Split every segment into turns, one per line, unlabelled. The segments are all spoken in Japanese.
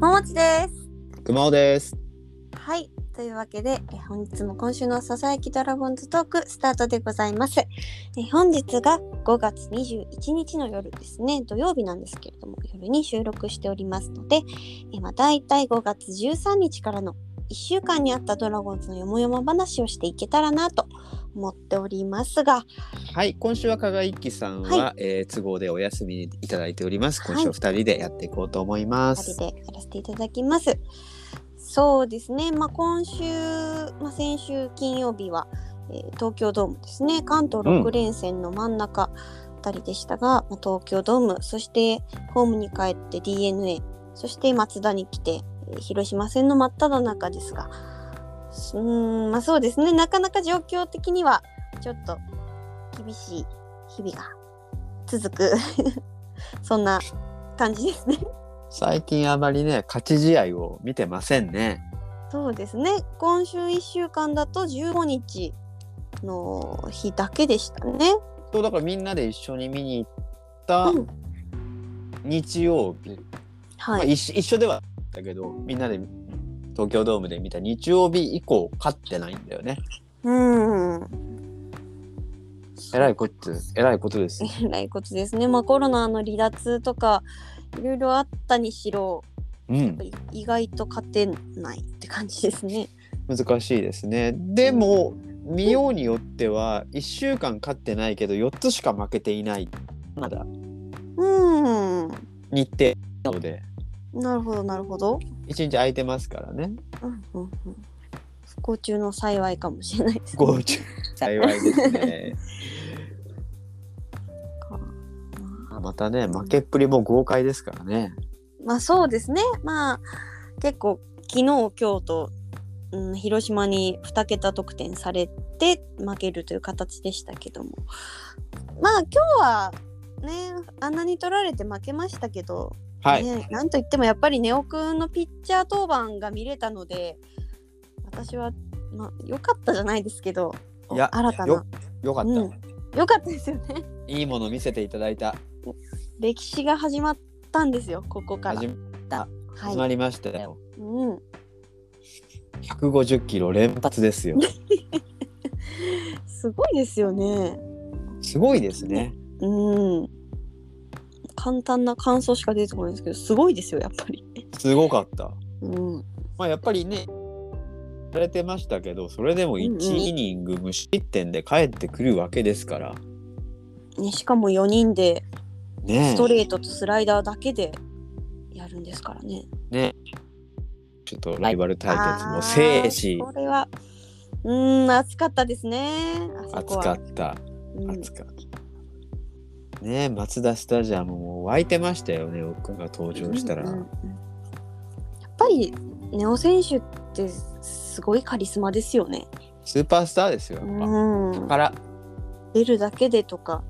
ももちです。
熊尾です。
はい。というわけで、え本日も今週のささやきドラゴンズトークスタートでございます。え本日が5月21日の夜ですね、土曜日なんですけれども、夜に収録しておりますので、えまあ、大体5月13日からの1週間にあったドラゴンズのよもやま話をしていけたらなと思っておりますが、
はい、今週は加賀一輝さんは、
は
えー都合でお休みいただいております。
はい
今週は二人でやっていこうと思いま
二
す。
人でやらせていただきます。そうですね、まあ、今週、まあ、先週金曜日は、えー東京ドームですね関東
うん
6連戦の真ん中あたりでしたが、まあ東京ドームそしてホームに帰って d n a そして松田に来て、えー広島戦の真っ只中ですがうーんまあそうですねなかなか状況的にはちょっと厳しい日々が続く そんな感じですね。
最近あまりね、勝ち試合を見てませんね。
そうですね今週1週間だと15日の日だけでしたね。
そう、だからみんなで一緒に見に行った
うん
日曜日、
は
まあ
い、
一緒一緒ではあったけど、みんなで東京ドームで見た日曜日以降勝ってないんだよね。
うん
えらいこっつ、えらいことですよ。
えらいことですね、まあ、コロナの離脱とかいろいろあったにしろ
うん。
い意外と勝てないって感じですね。
難しいですねでも見ようによっては1週間勝ってないけど4つしか負けていないまだ
うん
日程なので
なるほどなるほど。
1日空いてますからね
うんうんうん不幸中の幸いかもしれないですね。
50 幸いですねまたね負けっぷりも豪快ですからね
まあそうですね。まあ結構昨日今日と、うん、広島に2桁得点されて負けるという形でしたけどもまあ今日はねあんなに取られて負けましたけど、
はい
ね、なんといってもやっぱり根尾君のピッチャー当番が見れたので私はまあ良かったじゃないですけど
いや
新たな
よよかった、
うん良かったですよね
いいもの見せていただいた
歴史が始まったんですよここから
始
はい、
まりましたよ、
うん
150キロ連発で すよ
すごいですよね。
すごいですね
うん。簡単な感想しか出てこないんですけど、すごいですよ、やっぱり。
すごかった
うん。
まあ、やっぱりね、されてましたけど、それでも
うんうん
1イニング無失点で帰ってくるわけですから、
ね、しかも4人で、
ね
ストレートとスライダーだけでやるんですからね。
ちょっとライバル対決
あー
も制し、
これは、うん、暑かったですね。あそこ
熱
は
かった、
うん
熱かった。ね松田スタジアムも沸いてましたよね、僕が登場した
う
ら。
んうんうんやっぱり、ネオ選手ってすごいカリスマですよね。
スーパースターですよ、
う
やっぱ。
ん。
から、
出るだけでとか、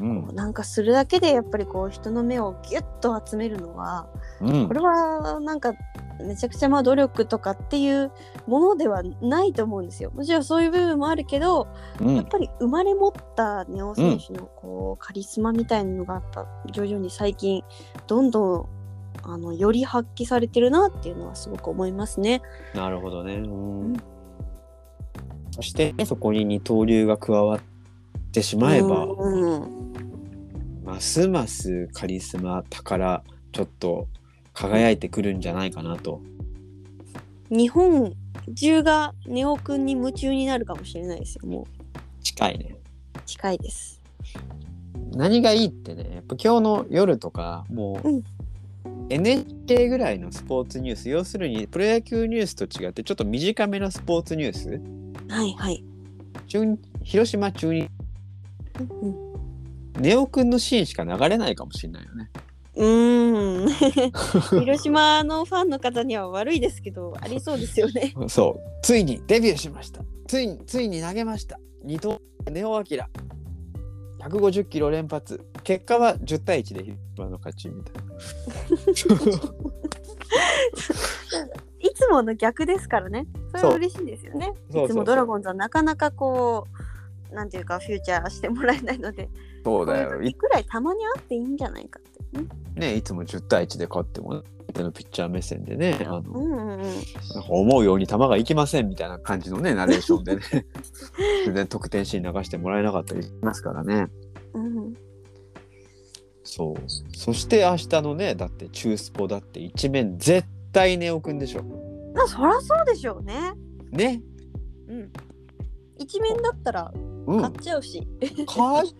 うん、
なんかするだけでやっぱりこう人の目をギュッと集めるのは
うん
こ、れはなんかめちゃくちゃまあ努力とかっていうものではないと思うんですよ。もちろんそういう部分もあるけど
う
やっ
ん、
ぱり生まれ持ったネオ選手のこうカリスマみたいなのがやっぱ徐々に最近どんどんあのより発揮されてるなっていうのはすごく思いますね。
なるほどね。うん
うん
そして、そこに二刀流が加わってしまえば、
うんうん
ますますカリスマ宝ちょっと輝いてくるんじゃないかなと
日本中がネオくんに夢中になるかもしれないですよ。も
近いね
う近いです。
何がいいってねやっぱ今日の夜とかもう、
うん
NHK ぐらいのスポーツニュース要するにプロ野球ニュースと違ってちょっと短めのスポーツニュース
はいはい。
中日広島中日
うんうん
ネオくんのシーンしか流れないかもしれないよね。
うーん 広島のファンの方には悪いですけどありそうですよね。
そうついにデビューしましたついについに投げました二刀ネオアキラ150キロ連発結果は10対1で広島の勝ちみた いな
いつもの逆ですからねそれは
そう
嬉しいですよね。
そうそうそう
いつもドラゴンズはなかなかこうなんていうかフューチャーしてもらえないので
そう
こういう時くらいたまにあっていいんじいいんじゃないかって。
ねいつも10対1で勝ってもね手のピッチャー目線でね、あの
う、んうんうん。
なんか思うように球がいきませんみたいな感じのね、ナレーションでね、全然得点シーン流してもらえなかったりしますからね。
うん
そう。そして明日のね、だって中スポだって一面絶対ネオくんでしょ。
まあそりゃそうでしょうね。
ね。
うん。一面だったら
うん。
買っ
か
ちゃうし。
わいい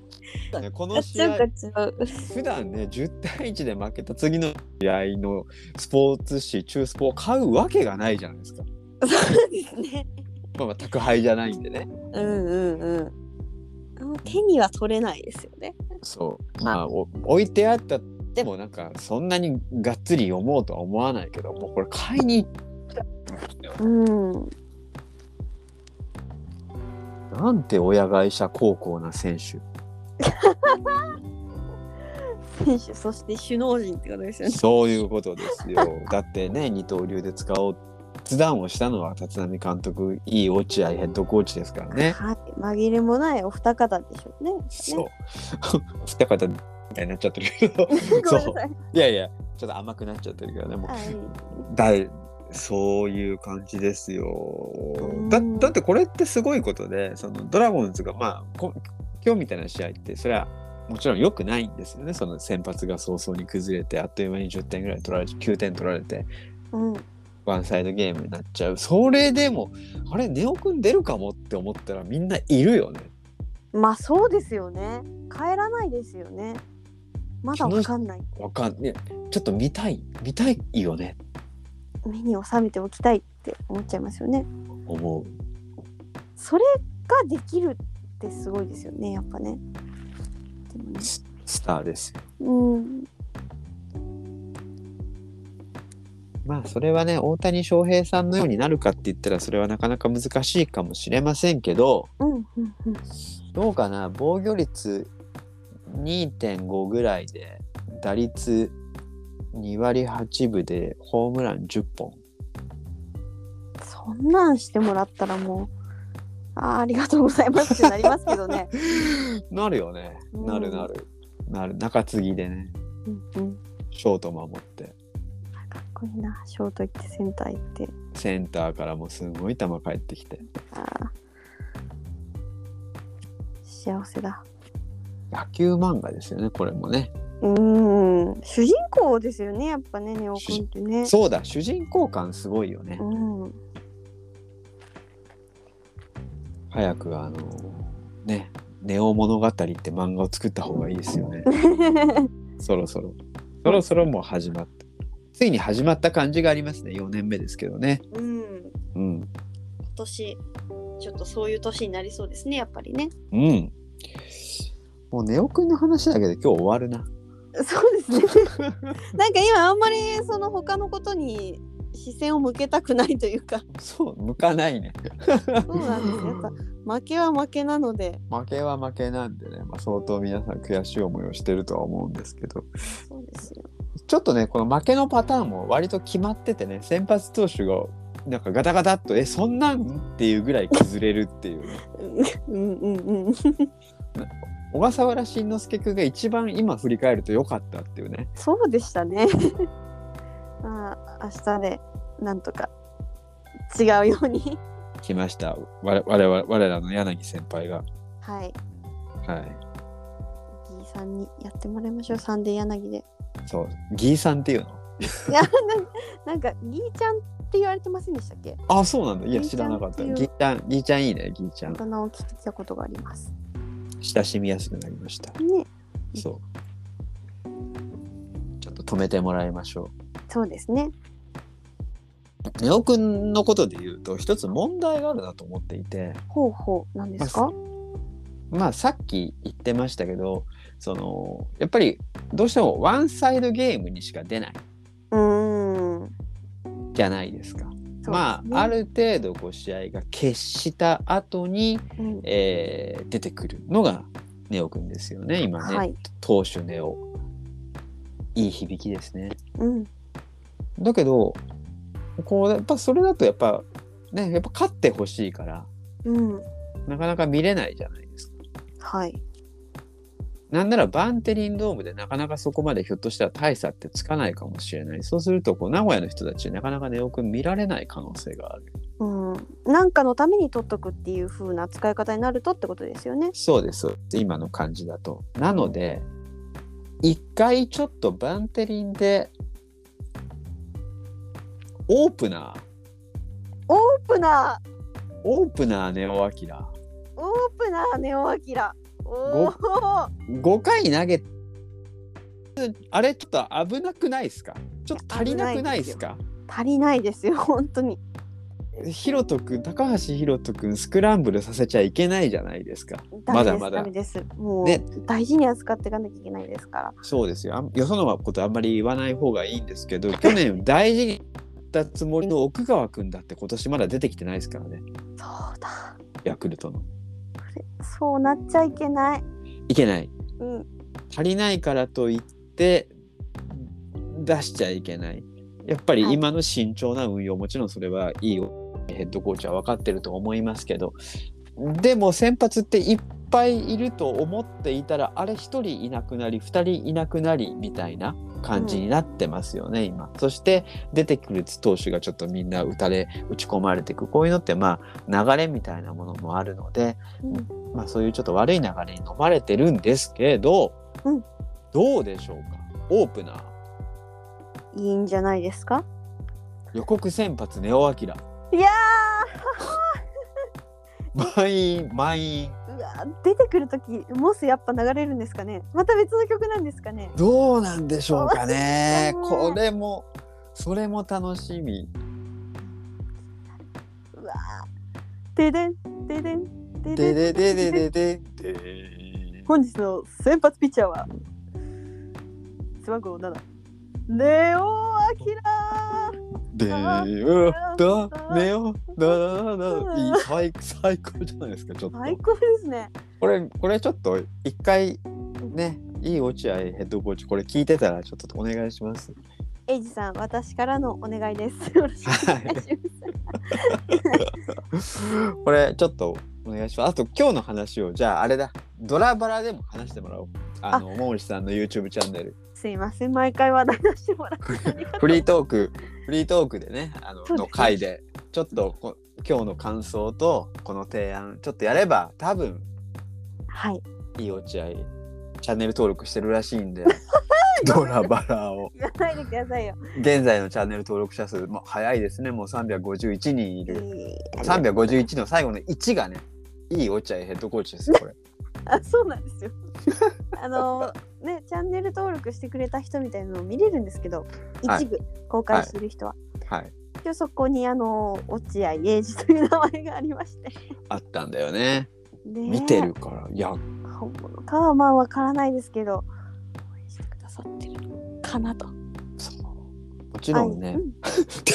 ね。こ
買
の
っち
試
ゃう買
合、
っちゃう。
普段ね、10対1で負けた次の試合のスポーツ紙、中スポを買うわけがないじゃないですか。
そうですね。
まあまあ、宅配じゃないんでね。
うんうんうんあの。手には取れないですよね。
そう。まあ、お置いてあったでもなんかそんなにがっつり読もうとは思わないけどもうこれ買いに行った
うん。
なんて親会社高校な選 手
選手、そして首脳陣ってことですよね。
そういうことですよだってね二刀流で使おう決断をしたのは立浪監督いい落合ヘッドコーチですからね
はい。紛れもないお二方でしょうね。
そう
ね。
お二方みたいになっちゃってるけ ど
ごめんなさい。
いやいやちょっと甘くなっちゃってるけどねもう
はい。
だいそういう感じですよ
うん
だだってこれってすごいことでそのドラゴンズがまあこ今日みたいな試合ってそれはもちろん良くないんですよねその先発が早々に崩れてあっという間に10点ぐらい取られて9点取られて
うん。
ワンサイドゲームになっちゃうそれでもあれネオくん出るかもって思ったらみんないるよね
まあそうですよね。帰らないですよね。まだわかんない。
わかんねちょっと見たい見たいよね
目に収めておきたいって思っちゃいますよね。
思う
それができるってすごいですよね、やっぱね。でもね
ススターです
うん。
まあそれはね大谷翔平さんのようになるかって言ったらそれはなかなか難しいかもしれませんけど
うんうんうん。
どうかな防御率2.5ぐらいで打率2割8分でホームラン10本
そんなんしてもらったらもう、あーありがとうございますってなりますけどね。
なるよね
うん
なるなる、なる中継ぎでね
うんうん。
ショート守って
かっこいいな、ショート行ってセンター行って。
センターからもすごい球返ってきて
あー幸せだ。
野球漫画ですよねこれもね
うーん。主人公ですよね、やっぱね、ネオ
主人
君ってね。
そうだ主人公感すごいよね
うん。
早くあのね「ネオ物語」って漫画を作った方がいいですよねそろそろそろそろもう始まってついに始まった感じがありますね4年目ですけどね
うん。
うん
今年、ちょっとそういう年になりそうですね、やっぱりね。
うんもうネオくんの話だけで今日終わるな
そうですね。 なんか今あんまりその他のことに視線を向けたくないという か、
そう向かないね
そうなんですね。やっぱ負けは負けなので、
負けは負けなんでね、まあ、相当皆さん悔しい思いをしてるとは思うんですけど
そうですよ。
ちょっとねこの負けのパターンも割と決まっててね先発投手がなんかガタガタっと「えそんなん?」っていうぐらい崩れるっていうね
うんうんうん。
小笠原慎之介君が一番今振り返ると良かったっていうね
そうでしたね。 まあ明日でなんとか違うように。
来ました我我々我らの柳先輩が
はい。
はい
ギーさんにやってもらいましょう。サンデー柳で。
そうギーさんっていうの
いや なんかギーちゃんって言われてませんでしたっけ？
あそうなんだいや
ギー
知
ちゃ
ら
ん
な
ってい
かった
う
ギーちゃんギーちゃんいいねギーちゃ
あ
ん
だ名を聞いたことがあります。
親しみやすくなりました
ね。
そうちょっと止めてもらいましょ
そうですね。
うネオくんのことで言うと一つ問題があるなと思っていて
ほうほうなんですか？
まあさっき言ってましたけどそのやっぱりどうしてもワンサイドゲームにしか出ないう
ーん。
じゃないですか
そうですね
まああ。る程度こう試合が決した後に、
うん
えー出てくるのがネオくんですよね今ね、
はい。
投手ネオいい響きですね
うん。
だけどこうやっぱそれだとやっぱねやっぱ勝ってほしいから
うん。
なかなか見れないじゃないですか
はい。
なんならバンテリンドームでなかなかそこまでひょっとしたら大差ってつかないかもしれない。そうすると、こう、名古屋の人たち、なかなか根尾くん見られない可能性がある。
うん、なんかのために取っとくっていう風な使い方になるとってことですよね。
そうです、そうです今の感じだと。なので、一回ちょっとバンテリンで、オープナー、
オープナー、
オープナーネオアキラ。
オープナーネオアキラ。おお、
5回投げ、あれちょっと危なくないですかちょっと足りなくないですか
足りないですよ本当に。
ヒロト君高橋ヒロト君スクランブルさせちゃいけないじゃないですかまだまだ
ダメですダメです。もう、
ね
大事に扱っていかなきゃいけないですから。
そうですよあんよそのことあんまり言わない方がいいんですけど 去年大事にやったつもりの奥川君だって今年まだ出てきてないですからね
そうだ。
ヤクルトの
そうなっちゃいけない。
いけない
うん。
足りないからといって出しちゃいけないやっぱ
は
り
い
今の慎重な運用もちろんそれはいいヘッドコーチは分かってると思いますけどでも先発っていっぱいいると思っていたらあれ1人いなくなり2人いなくなりみたいな感じになってますよね、今そして出てくる投手がちょっとみんな打たれ打ち込まれていくこういうのってまあ流れみたいなものもあるので、
うん
まあ、そういうちょっと悪い流れに飲まれてるんですけど、
うん
どうでしょうかオープナー
いいんじゃないですか。
予告先発ネオ・アキラ
いや
満員満員
ーうわ出てくるときモスやっぱ流れるんですかね。また別の曲なんですかね。
どうなんでしょう かね
そうですね
これもそれも楽しみ
うわー。ででんででんででん
ででででででで
本日の先発ピッチャーは背番号7ネオアキラ
でうだネオだだだだいい最最高じゃないですかちょっと
最高ですね
これこれちょっと一回ねいい落合ヘッドコーチこれ聞いてたらちょっとお願いします
エイジさん私からのお願いです よろしくお願いします
これちょっとお願いします。あと今日の話をじゃああれだドラバラでも話してもらおう。あの桃内さんの YouTube チャンネル
すいません毎回話題出してもらってありがとう
フリートークフリートークでねあの
そうですね
の回でちょっとこ今日の感想とこの提案ちょっとやれば多分
はい
いい落合チャンネル登録してるらしいん でドラバラを
言わ ないでくださいよ、
現在のチャンネル登録者数もう早いですねもう351人い
え
る
ー
351の最後の1がねいい落合ヘッドコーチですよこれ。
あそうなんですよあのねチャンネル登録してくれた人みたいなの見れるんですけど
はい
一部公開する人は、
はい
今日そこにあの落合英二という名前がありまして、
あったんだよね。
ねえ
見てるから。いや、
本物かはまあわからないですけど応援してくださってるのかなと。
そうもちろんね。
はいうん
で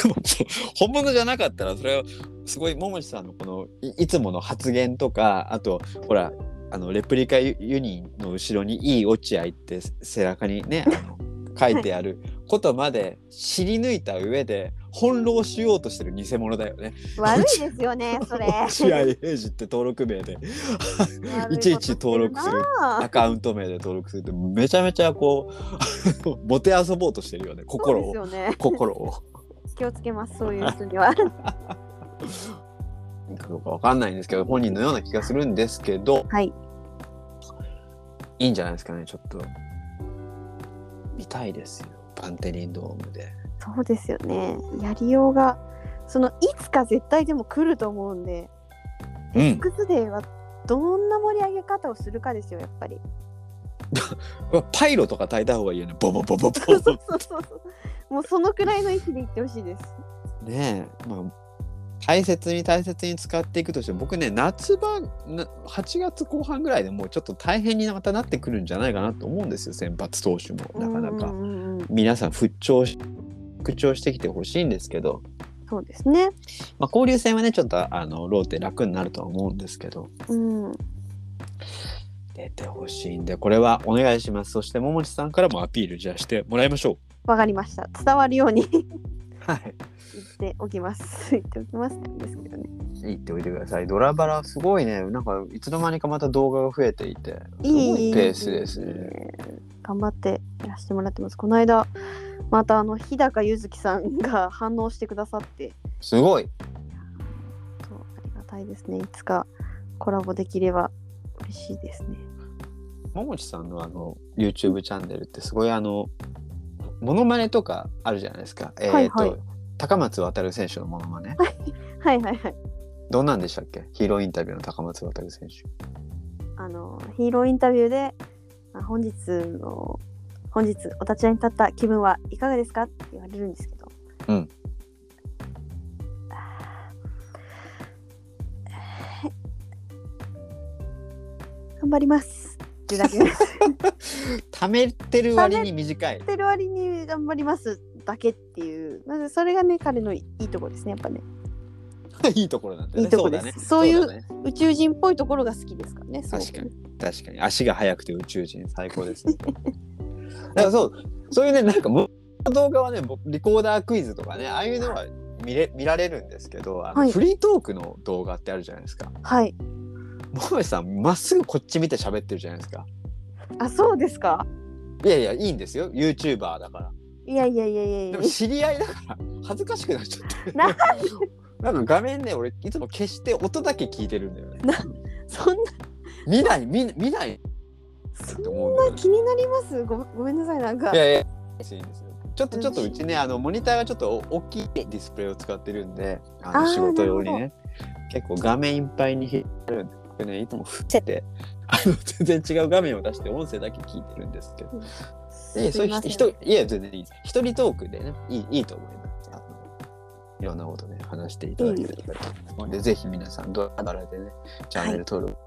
も、そう本物じゃなかったら、それはすごい、ももちさんのこのい、いつもの発言とか、あと、ほら、あの、レプリカユユニの後ろに、いい落合って背中に ね、あの書いてあることまで知り抜いた上で、翻弄しようとしてる偽物だよね。
悪いですよねそれ。
落合平次って登録名で、いちいち登録するア
悪いことしてるな
カウント名で登録するって、めちゃめちゃこう、 あのもてあそぼうとしてるよね、
そう
心
で
を
す。よね。
心を。
気をつけますそういう人には。
いいかどうかわかんないんですけど本人のような気がするんですけど
はい。
いいんじゃないですかねちょっと見たいですよバンテリンドームで
そうですよね。やりようがそのいつか絶対でも来ると思うんで、
う
ッ
ん
クスデーはどんな盛り上げ方をするかですよやっぱり。
うわパイロとか炊いた方がいいよねボボボボボ
そうそうそうそう。もうそのくらいの域でいってほしいです。
ねえまあ大切に大切に使っていくとしても僕ね夏場な8月後半ぐらいでもうちょっと大変にまたなってくるんじゃないかなと思うんですよ先発投手もなかな
う
か
んうんうん
皆さん復調し復調してきてほしいんですけど
そうですね。
まあ、交流戦はねちょっとあのローテ楽になるとは思うんですけど
うん。
出てほしいんでこれはお願いしますそして桃地さんからもアピールじゃあしてもらいましょ
わかりました。伝わるように
うはい
言っておきます。言っておきますなんですけどね。
言っておいてくださいドラバラすごいねなんかいつの間にかまた動画が増えていてすごいペースですね
頑張ってやらせてもらってます。この間、またあの日高ゆずきさんが反応してくださって、
すごい
そうありがたいですね。いつかコラボできれば嬉しいですね。
ももちさんのあの YouTube チャンネルってすごいあのモノマネとかあるじゃないですか、
はいはい
えーと高松渡選手のモノマネ
はいはいはい。
どんなんでしたっけヒーローインタビューの高松渡選手
あのヒーローインタビューであ本日の本日お立ち会いに立った気分はいかがですかって言われるんですけど、
うん
あー 頑張りますってだけです
溜めてる割に短い
やってる割に頑張りますだけっていうまずそれがね彼のいいとこですねやっぱね
いいところなんだね
いいとこです
そうだね
そういう
だね
宇宙人っぽいところが好きですからねすごく
確かに確かに足が速くて宇宙人最高ですね だからそうそういうねなんかもう動画はね僕リコーダークイズとかねああいうのは見れ見られるんですけどあの、
はい
フリートークの動画ってあるじゃないですか
はい
ももやさんまっすぐこっち見て喋ってるじゃないですか
あそうですか
いやいやいいんですよ YouTuber だから
いやいやいやいやい
で
や
も知り合いだから恥ずかしくなっちゃって
なん
なんか画面ね俺いつも消して音だけ聞いてるんだよね
そんな
見ない見見ない
そ
って
ん
思うんだよ
な
ね
気になりますごめんごめんなさいなんか
いやいやいいんですよちょっとちょっとうちねあのモニターがちょっと大きいディスプレイを使ってるんであ
あ
の
ー
仕事用にね結構画面いっぱいに広がるんで僕ねいつも伏せてあの全然違う画面を出して音声だけ聞いてるんですけどいえ、
す
そう
い
いう
ませ
人、
ん
人いや、全然いいです。一人トークでね、いい、いいと思います。あのいろんなことね、話していただければと思うので、ぜひ皆さん、ドラマでね、チャンネル登録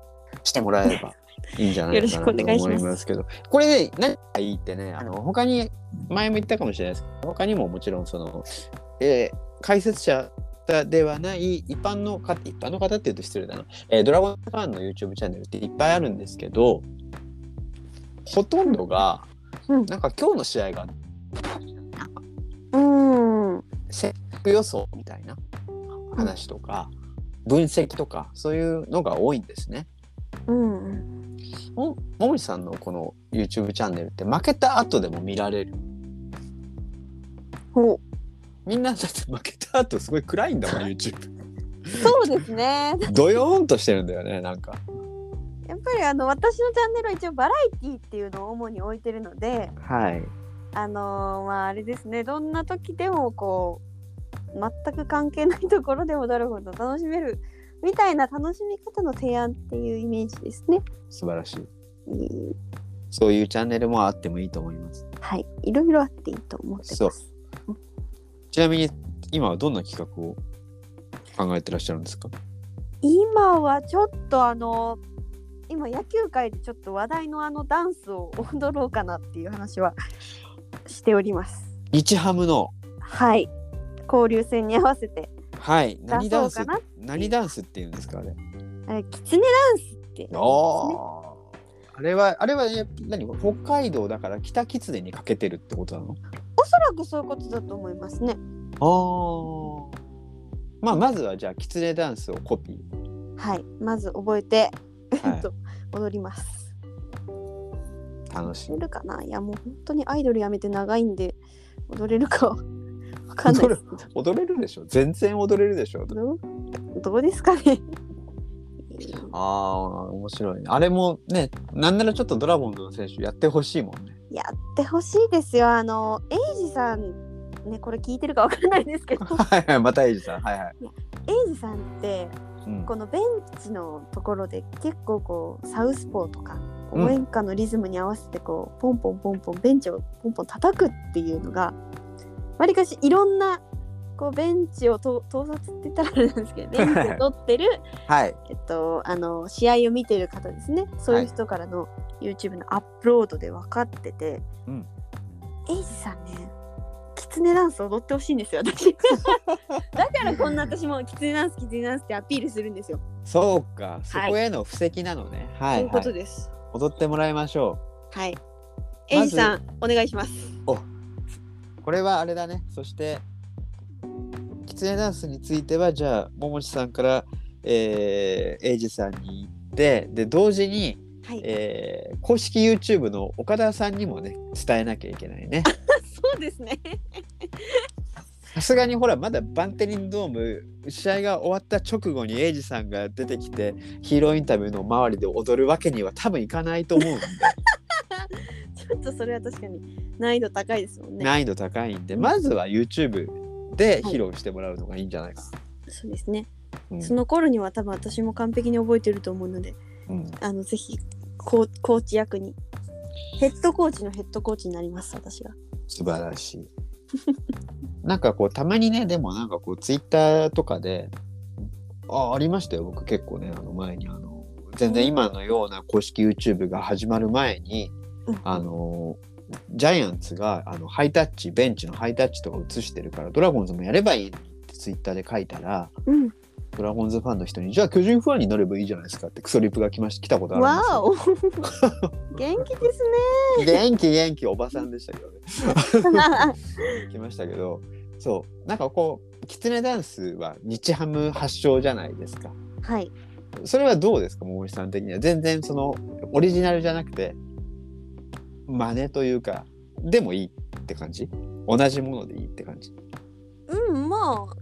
してもらえればいいんじゃないかなと
よろしくお願いし
思
ます
いますけど、これね、何がいいってね、あの、他に、前も言ったかもしれないですけど、他にももちろん、その、えー解説者ではない一般の方、一般の方って言うと失礼だな、えードラゴンファンの YouTube チャンネルっていっぱいあるんですけど、ほとんどが、
うん
なんか今日の試合が
うーん
戦略予想みたいな話とか、分析とかそういうのが多いんですね。
うんうん
もももちさんのこの YouTube チャンネルって負けた後でも見られる。
お
みんなだって負けた後すごい暗いんだもん YouTube。
そうですね
ドヨーンとしてるんだよねなんか。
やっぱりあの私のチャンネルは一応バラエティっていうのを主に置いてるので
はい。
あのーまああれですねどんな時でもこう全く関係ないところでもドラゴンと楽しめるみたいな楽しみ方の提案っていうイメージですね。
素晴らしい。
いい
そういうチャンネルもあってもいいと思います。
はい、いろいろあっていいと思ってます。
そうちなみに今はどんな企画を考えてらっしゃるんですか。
今はちょっとあの今野球界でちょっと話題のあのダンスを踊ろうかなっていう話 はしております
日ハムの
はい交流戦に合わせて
はい何ダンス
出そうかな
何ダンスっていうんですかあれ。
えーキツネダンスっていうんですね
ああ、あれはあれはね何北海道だから北キツネにかけてるってことなの
おそらくそういうことだと思いますね
ああまあまずはじゃあキツネダンスをコピ
はいまず覚えて、
ー、は
えっと踊ります
い、楽し
踊
み
れるかないやもう本当にアイドルやめて長いんで踊れるかはわかんないですけど
踊れるでしょ全然踊れるでしょ
どうどうですか ね
ああ面白いねあれもねなんならちょっとドラゴンズの選手やってほしいもんね
やってほしいですよ。あの、エイジさん、ね、これ聞いてるかわかんないですけど、
はいはいまたエイジさんはいはい、
エイジさんって、
うん
このベンチのところで結構こう、サウスポーとか、応援歌のリズムに合わせてこう、ポンポンポンポン、ベンチをポンポン叩くっていうのが、わりかしいろんな、こう、ベンチをと盗撮って言ったらあれなんですけど、ベンチを取ってる、
はい
えっと、あの、試合を見てる方ですね。そういう人からの YouTube のアップロードで分かってて、
うん
エイジさんね、キツネダンス踊ってほしいんですよ、 私。だからこんな私もキツネダンス、キツネダンスってアピールするんですよ。
そうかそこへの布石なのねはい、
ということ
はい
です。
踊ってもらいましょう
はい。エ
まず
イジさん、お願いします。
これはあれだねそしてキツネダンスについてはじゃあ桃地さんから、えー、エイジさんに行ってで同時に、
はい。
えー公式 YouTube の岡田さんにもね伝えなきゃいけないね。
そうですね。
さすがにほらまだバンテリンドーム試合が終わった直後にエイジさんが出てきてヒーローインタビューの周りで踊るわけには多分いかないと思うんで
ちょっとそれは確かに難易度高いですもんね。
難易度高いんでまずは YouTube で披露してもらうのがいいんじゃないかな。
そうですね。
うん
その頃には多分私も完璧に覚えてると思うので、
うん
あのぜひコーコーチ役にヘッドコーチのヘッドコーチになります私が。
素晴らしい。 なんかこうたまにねでもなんかこうツイッターとかであありましたよ僕結構ねあの前にあの全然今のような公式 YouTube が始まる前に
うん
あのジャイアンツがあのハイタッチベンチのハイタッチとか映してるからドラゴンズもやればいいってツイッターで書いたら
うん。
ドラゴンズファンの人にじゃあ巨人ファンになればいいじゃないですかってクソリプが来まし来たことあるん
わ
ですよ
お。元気です
元気元気おばさんでしたけどね
ね。
来ましたけどそうなんかこうキツネダンスは日ハム発祥じゃないですか
はい。
それはどうですか桃井さん的には全然そのオリジナルじゃなくて真似というかでもいいって感じ同じものでいいって感じ
うんまあ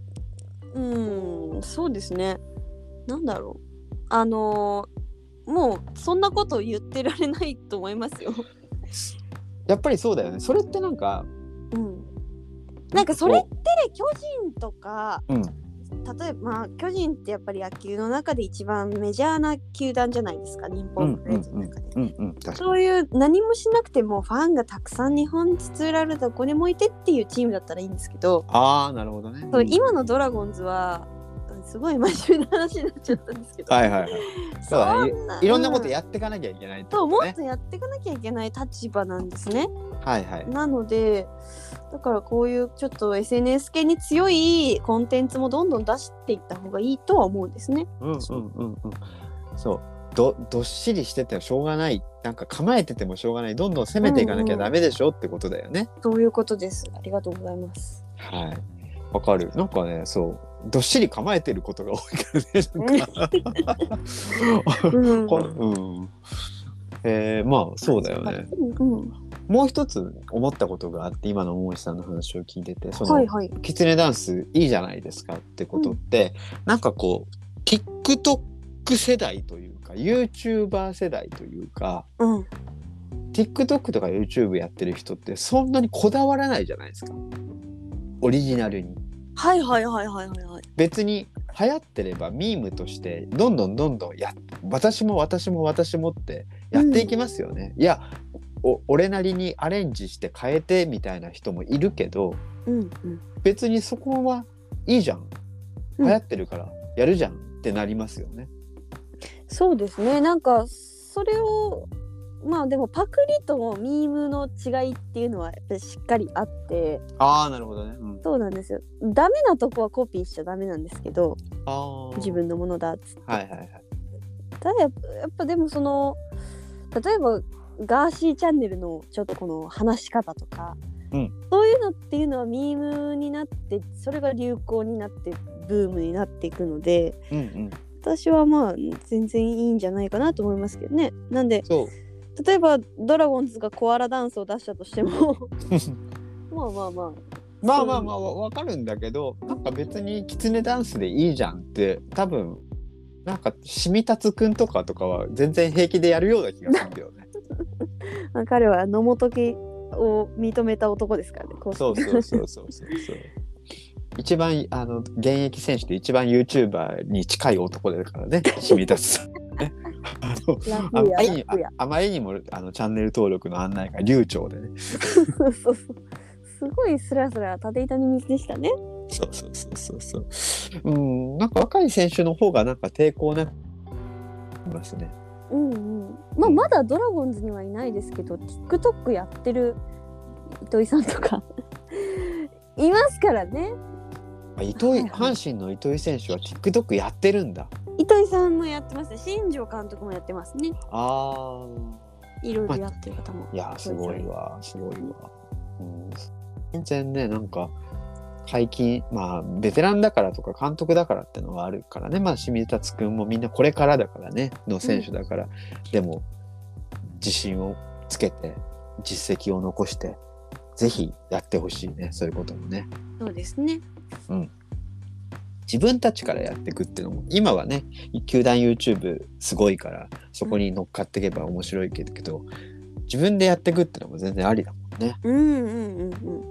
うんそうですね。なんだろうあのーもうそんなこと言ってられないと思いますよ。
やっぱりそうだよねそれってなんか
うん。なんかそれって巨人とか
うん
例えば、まあ、巨人ってやっぱり野球の中で一番メジャーな球団じゃないですか日本プロ野球の中で。
うんうん確か
そういう何もしなくてもファンがたくさん日本津浦るどこにもいてっていうチームだったらいいんですけど、
ああなるほどね
そう今のドラゴンズはうんすごい真面目な話になっちゃったんですけど、
はいはいはいそうだね
そんない
ろんなことやっていかなきゃいけないって
そう
こ
も
と
っとやっていかなきゃいけない立場なんですね。
はいはい
なのでだからこういうちょっと SNS 系に強いコンテンツもどんどん出していった方がいいとは思うんですね。
うんうんうんうん。そう。どどっしりしててもしょうがない。なんか構えててもしょうがない。どんどん攻めていかなきゃダメでしょってことだよね。
そういうことです。ありがとうございます。
はい。わかる。なんかね、そう。どっしり構えてることが多いからね。なんか
うん
こうん。えー、まあそうだよね。
うんうん
もう一つ思ったことがあって今の桃井さんの話を聞いててその、
はいはい。
キツネダンスいいじゃないですかってことって、なんかこう TikTok 世代というか YouTuber 世代というか
うん。
TikTok とか YouTube やってる人ってそんなにこだわらないじゃないですかオリジナルに
はいはいはいはいはいはい。
別に流行ってればミームとしてどんどんどんどんや私も私も私もってやっていきますよね、いやお俺なりにアレンジして変えてみたいな人もいるけど、
うんうん。
別にそこはいいじゃん
う
流
ん
行ってるからやるじゃんってなりますよね。
そうですね。なんかそれをまあでもパクリとミームの違いっていうのはやっぱりしっかりあって
ああなるほどね。うん、
そうなんですよ。ダメなとこはコピーしちゃダメなんですけど
あー
自分のものだっつって。
はいはいはい。
ただやっぱやっぱでもその例えばガーシーチャンネルのちょっとこの話し方とか、
うん
そういうのっていうのはミームになってそれが流行になってブームになっていくので
うんうん、
私はまあ全然いいんじゃないかなと思いますけどね。なんで
そう
例えばドラゴンズがコアラダンスを出したとして もまあまあまあ
まあまあまあわわかるんだけどなんか別にキツネダンスでいいじゃんって多分なんかしみたつくんとかとかは全然平気でやるような気がするんだよね。
まあ彼は野本家を認めた男ですからね。こ
そうそうそうそうそうそう。一番あの現役選手で一番 YouTuber に近い男だからねしみたつさん。 ねあの
楽
あま
や
りに
楽や。
ああまりにもあのチャンネル登録の案内が流暢でね。
そうそうそう。すごいスラスラ縦板に道でしたね。
そうそうそうそうそう。うん、なんか若い選手の方がなんか抵抗なくいますね。
うんうん。まあまだドラゴンズにはいないですけど、TikTok やってる糸井さんとか いますからね。
あ糸
はい
井
はい
阪神の糸井選手は TikTok やってるんだ。
糸井さんもやってますね。新庄監督もやってますね。
あ
いろいろやってる方も
あ、。いやすごいわ、すごいわ。うん、全然ねなんか解禁まあベテランだからとか監督だからってのはあるからねまあ清水達君もみんなこれからだからねの選手だから、でも自信をつけて実績を残してぜひやってほしいねそういうこともね
そうですね。
自分たちからやっていくっていうのも今はね球団 YouTube すごいからそこに乗っかっていけば面白いけど自分でやっていくっていうのも全然ありだもんね。
うんうんうんうん。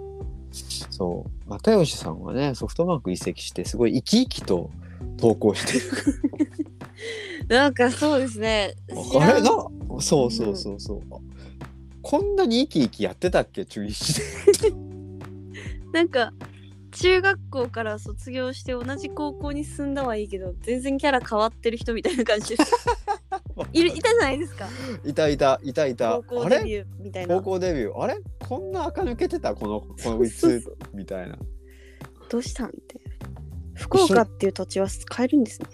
そう又吉さんはねソフトバンク移籍してすごい生き生きと投稿してる
なんかそうですね。知
あ
ら
れ
ん
なそうそうそうそう、こんなに生き生きやってたっけ中1で
なんか中学校から卒業して同じ高校に進んだはいいけど全然キャラ変わってる人みたいな感じですいるいたじゃないですか
いたいたいたいた
高校
あ
デ
れ
ビューみたいな
高校デビューあれこんな垢抜けてたこの このい
そう
つみたいな
どうしたんって福岡っていう土地は変えるんですね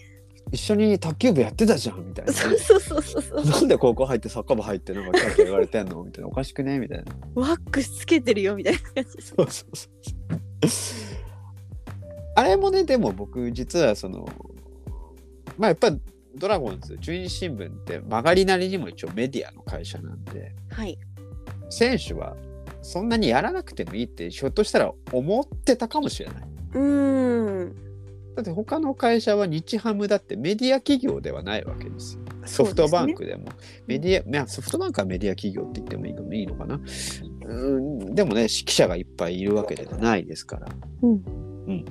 一緒に卓球部やってたじゃんみたいな
そうそうそうそうそう
なんで高校入ってサッカー部入ってなんかキャーキャー言われてんのみたいなおかしくねみたいな
ワックスつけてるよみたいな感じです
そうそうそうあれもねでも僕実はそのまあやっぱドラゴンズ中日新聞って曲がりなりにも一応メディアの会社なんで
はい
選手はそんなにやらなくてもいいってひょっとしたら思ってたかもしれない。
うーん
だって他の会社は日ハムだってメディア企業ではないわけですよ。ソフトバンクでもメディア、まあソフトバンクはメディア企業って言ってもいいのいいのかな。うんでもね、記者がいっぱいいるわけではないですから。
うん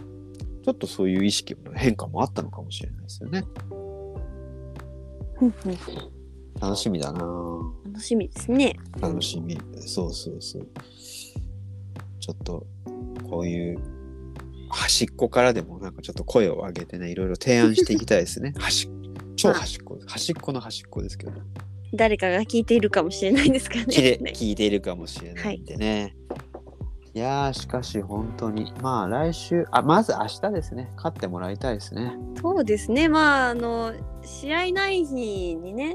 ちょっとそういう意識の変化もあったのかもしれないですよね。
うんうん
楽しみだな
楽しみですね
楽しみ。そうそうそう。ちょっと、こういう端っこからでもなんかちょっと声を上げてね、いろいろ提案していきたいですね。 端っ超端っこ、端っこの端っこですけど。
誰かが聞いているかもしれないですからね
聞いて聞いているかもしれないんでね。い、やー、しかし本当に、まあ来週、あ、まず明日ですね。勝ってもらいたいですね。
そうですねまああの試合ない日にね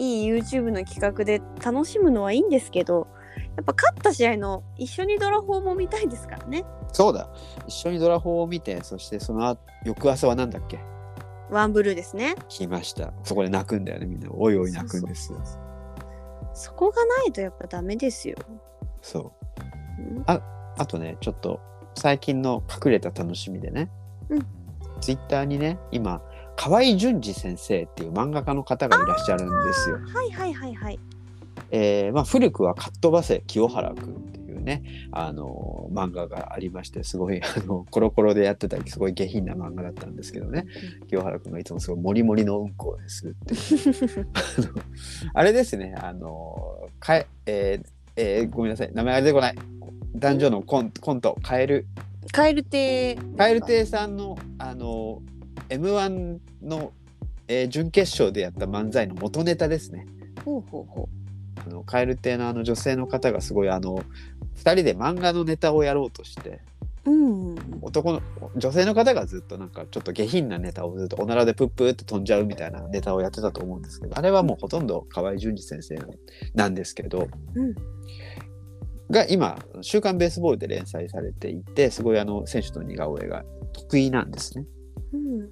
いい YouTube の企画で楽しむのはいいんですけどやっぱ勝った試合の一緒にドラフォーも見たいですからね
そうだ。一緒にドラフォーを見て、そしてその後翌朝はなんだっけ
ワンブルーですね
来ました。そこで泣くんだよね、みんな。おいおい泣くんです。そう
そこがないとやっぱダメですよ、うん
あとね、ちょっと最近の隠れた楽しみでね、
うん
ツイッターにね、今、河合淳二先生っていう漫画家の方がいらっしゃるんですよ。
はいはいはいはい
えーまあ、古くはかっ飛ばせ清原くんっていうね、あのー漫画がありまして、すごい、 あのコロコロでやってた、すごい下品な漫画だったんですけどね、清原くんがいつもすごいモリモリのうんこですってあの あれですね、あの、かえ、えーえーごめんなさい、名前が出てこない。男女のコンコント、カエル、
カエル亭
カエル亭さんの、あの、M1 の、えー準決勝でやった漫才の元ネタですね。
ほうほうほ
あのカエル亭のあの女性の方がすごい、あの、二人で漫画のネタをやろうとして、
ううん
男の女性の方がずっとなんかちょっと下品なネタをずっとおならでプップーって飛んじゃうみたいなネタをやってたと思うんですけどあれはもうほとんど河合淳二先生のなんですけど、
うん
が今「週刊ベースボール」で連載されていてすごいあの選手の似顔絵が得意なんですね
うん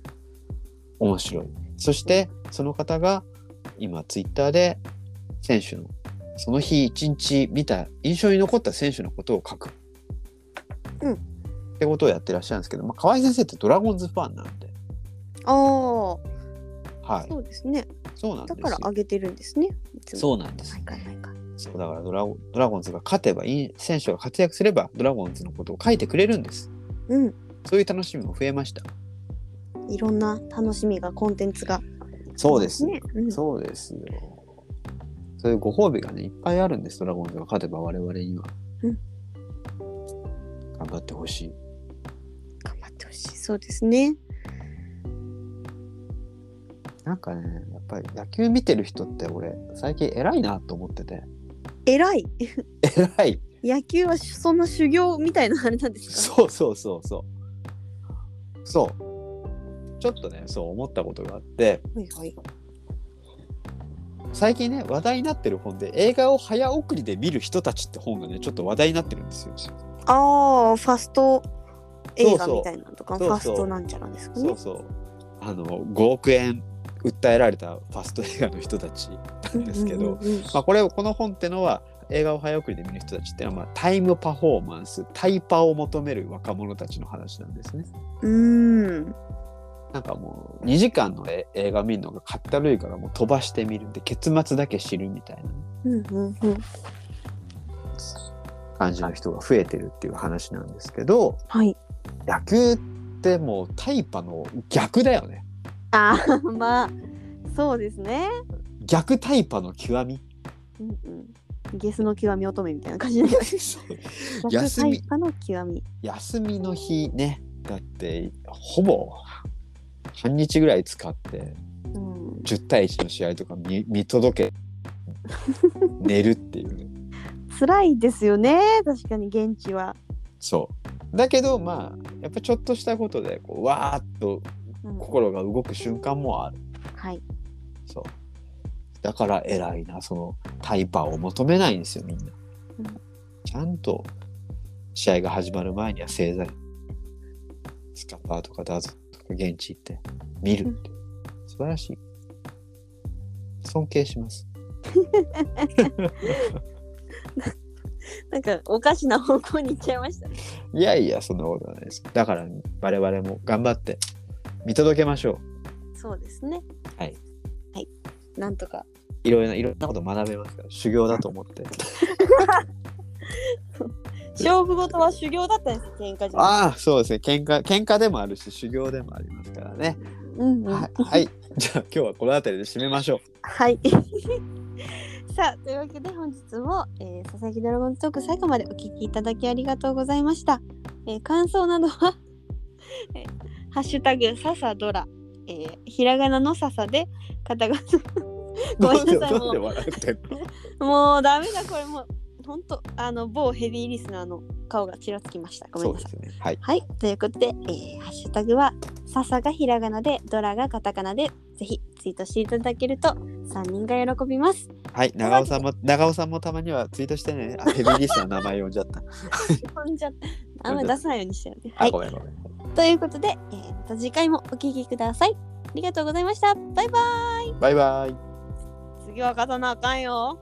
面白いそしてその方が今ツイッターで選手のその日一日見た印象に残った選手のことを書く、
うん
ってことをやってらっしゃるんですけど、まあ、河合先生ってドラゴンズファンなんで
ああ
はい
そうですね
そうなんで
だ
す
から
よ
上げてるんですねいつも
そうなんです
毎回毎回
そうだからドラゴンドラゴンズが勝てばいい選手が活躍すればドラゴンズのことを書いてくれるんです
うん
そういう楽しみも増えました
いろんな楽しみがコンテンツが
そうです
ね、うん
そうですよ。そういうご褒美がね、いっぱいあるんです、ドラゴンズが勝てば我々には。
うん
頑張ってほしい。
頑張ってほしいそうですね
なんかね、やっぱり野球見てる人って俺、最近偉いなと思ってて。
偉い
偉い
野球はそんな修行みたいなあれなんですか
そうそうそうそう。そう。ちょっとね、そう思ったことがあって、
はいはい
最近ね、話題になってる本で、映画を早送りで見る人たちって本がね、ちょっと話題になってるんですよ。
ああファスト映画みたいなのとか
そう
ファ
そう
ーストなんちゃらですか
そ
ね
う。そうあの5億円訴えられたファスト映画の人たちなんですけど、
うんうんうんうん
まあ、これをこの本ってのは映画を早送りで見る人たちっていうのは、まあ、タイムパフォーマンスタイパを求める若者たちの話なんですね。
うん
なんかもう2時間のえ映画見るのがかったるいからもう飛ばしてみるんで結末だけ知るみたい
うんうんうん
な感じの人が増えてるっていう話なんですけど
はい。
野球ってもうタイパの逆だよね
あ ーまあそうですね。
逆タイパの 極み
うんうん。ゲスの極み乙女みたいな感じで。
休み
弱体化の極み。
休みの日ねだってほぼ半日ぐらい使って
うん。
10対1の試合とか見 見届け寝るっていうね
辛いですよね。確かに現地は。
そうだけどまあやっぱちょっとしたことでこうわーっと
うん
心が動く瞬間もある
はい。
そうだから偉いなそのタイパを求めないんですよみんな、
うん
ちゃんと試合が始まる前には正座にスカッパーとかダーツとか現地行って見るって、素晴らしい尊敬します
なんかおかしな方向に行っちゃいましたね。
いやいやそんなことはないですだから我々も頑張って見届けましょ
そうですね。
はい。
はい。なんとか。
ういろいろないろんなこと学べますから修行だと思って
勝負事は修行だったんです。喧嘩じゃなくて。
ああそうですね喧嘩喧嘩でもあるし修行でもありますからね、
うんうん。
はい、はい、 じゃあ今日はこの辺りで締めましょう
はい。 さあというわけで本日も、えー、佐々木ドラゴンズトーク最後までお聞きいただきありがとうございました。えー感想などは えー「ハッシュタグささドラ」えーひらがなのささで片仮 ごめんなさい
どうで笑ってんの
名もうダメだこれもうほんとあの某ヘビーリスナーの顔がちらつきましたごめ
そ
ん
う
な
で
さい。
すねはい
はい、ということで、えーハッシュタグは、笹がひらがなで、ドラがカタカナで、ぜひツイートしていただけると、3人が喜びます。
はい長尾さんも長尾さんもたまにはツイートしてねあヘビーリストの名前呼んじゃった
飛んじゃった。あんま出さないようにしてるね。は
あ
い
ご、めんごめん
ということで、えーまた次回もお聞きください。ありがとうございました。バイバイ。
バイバイ
次は勝たなあかんよ。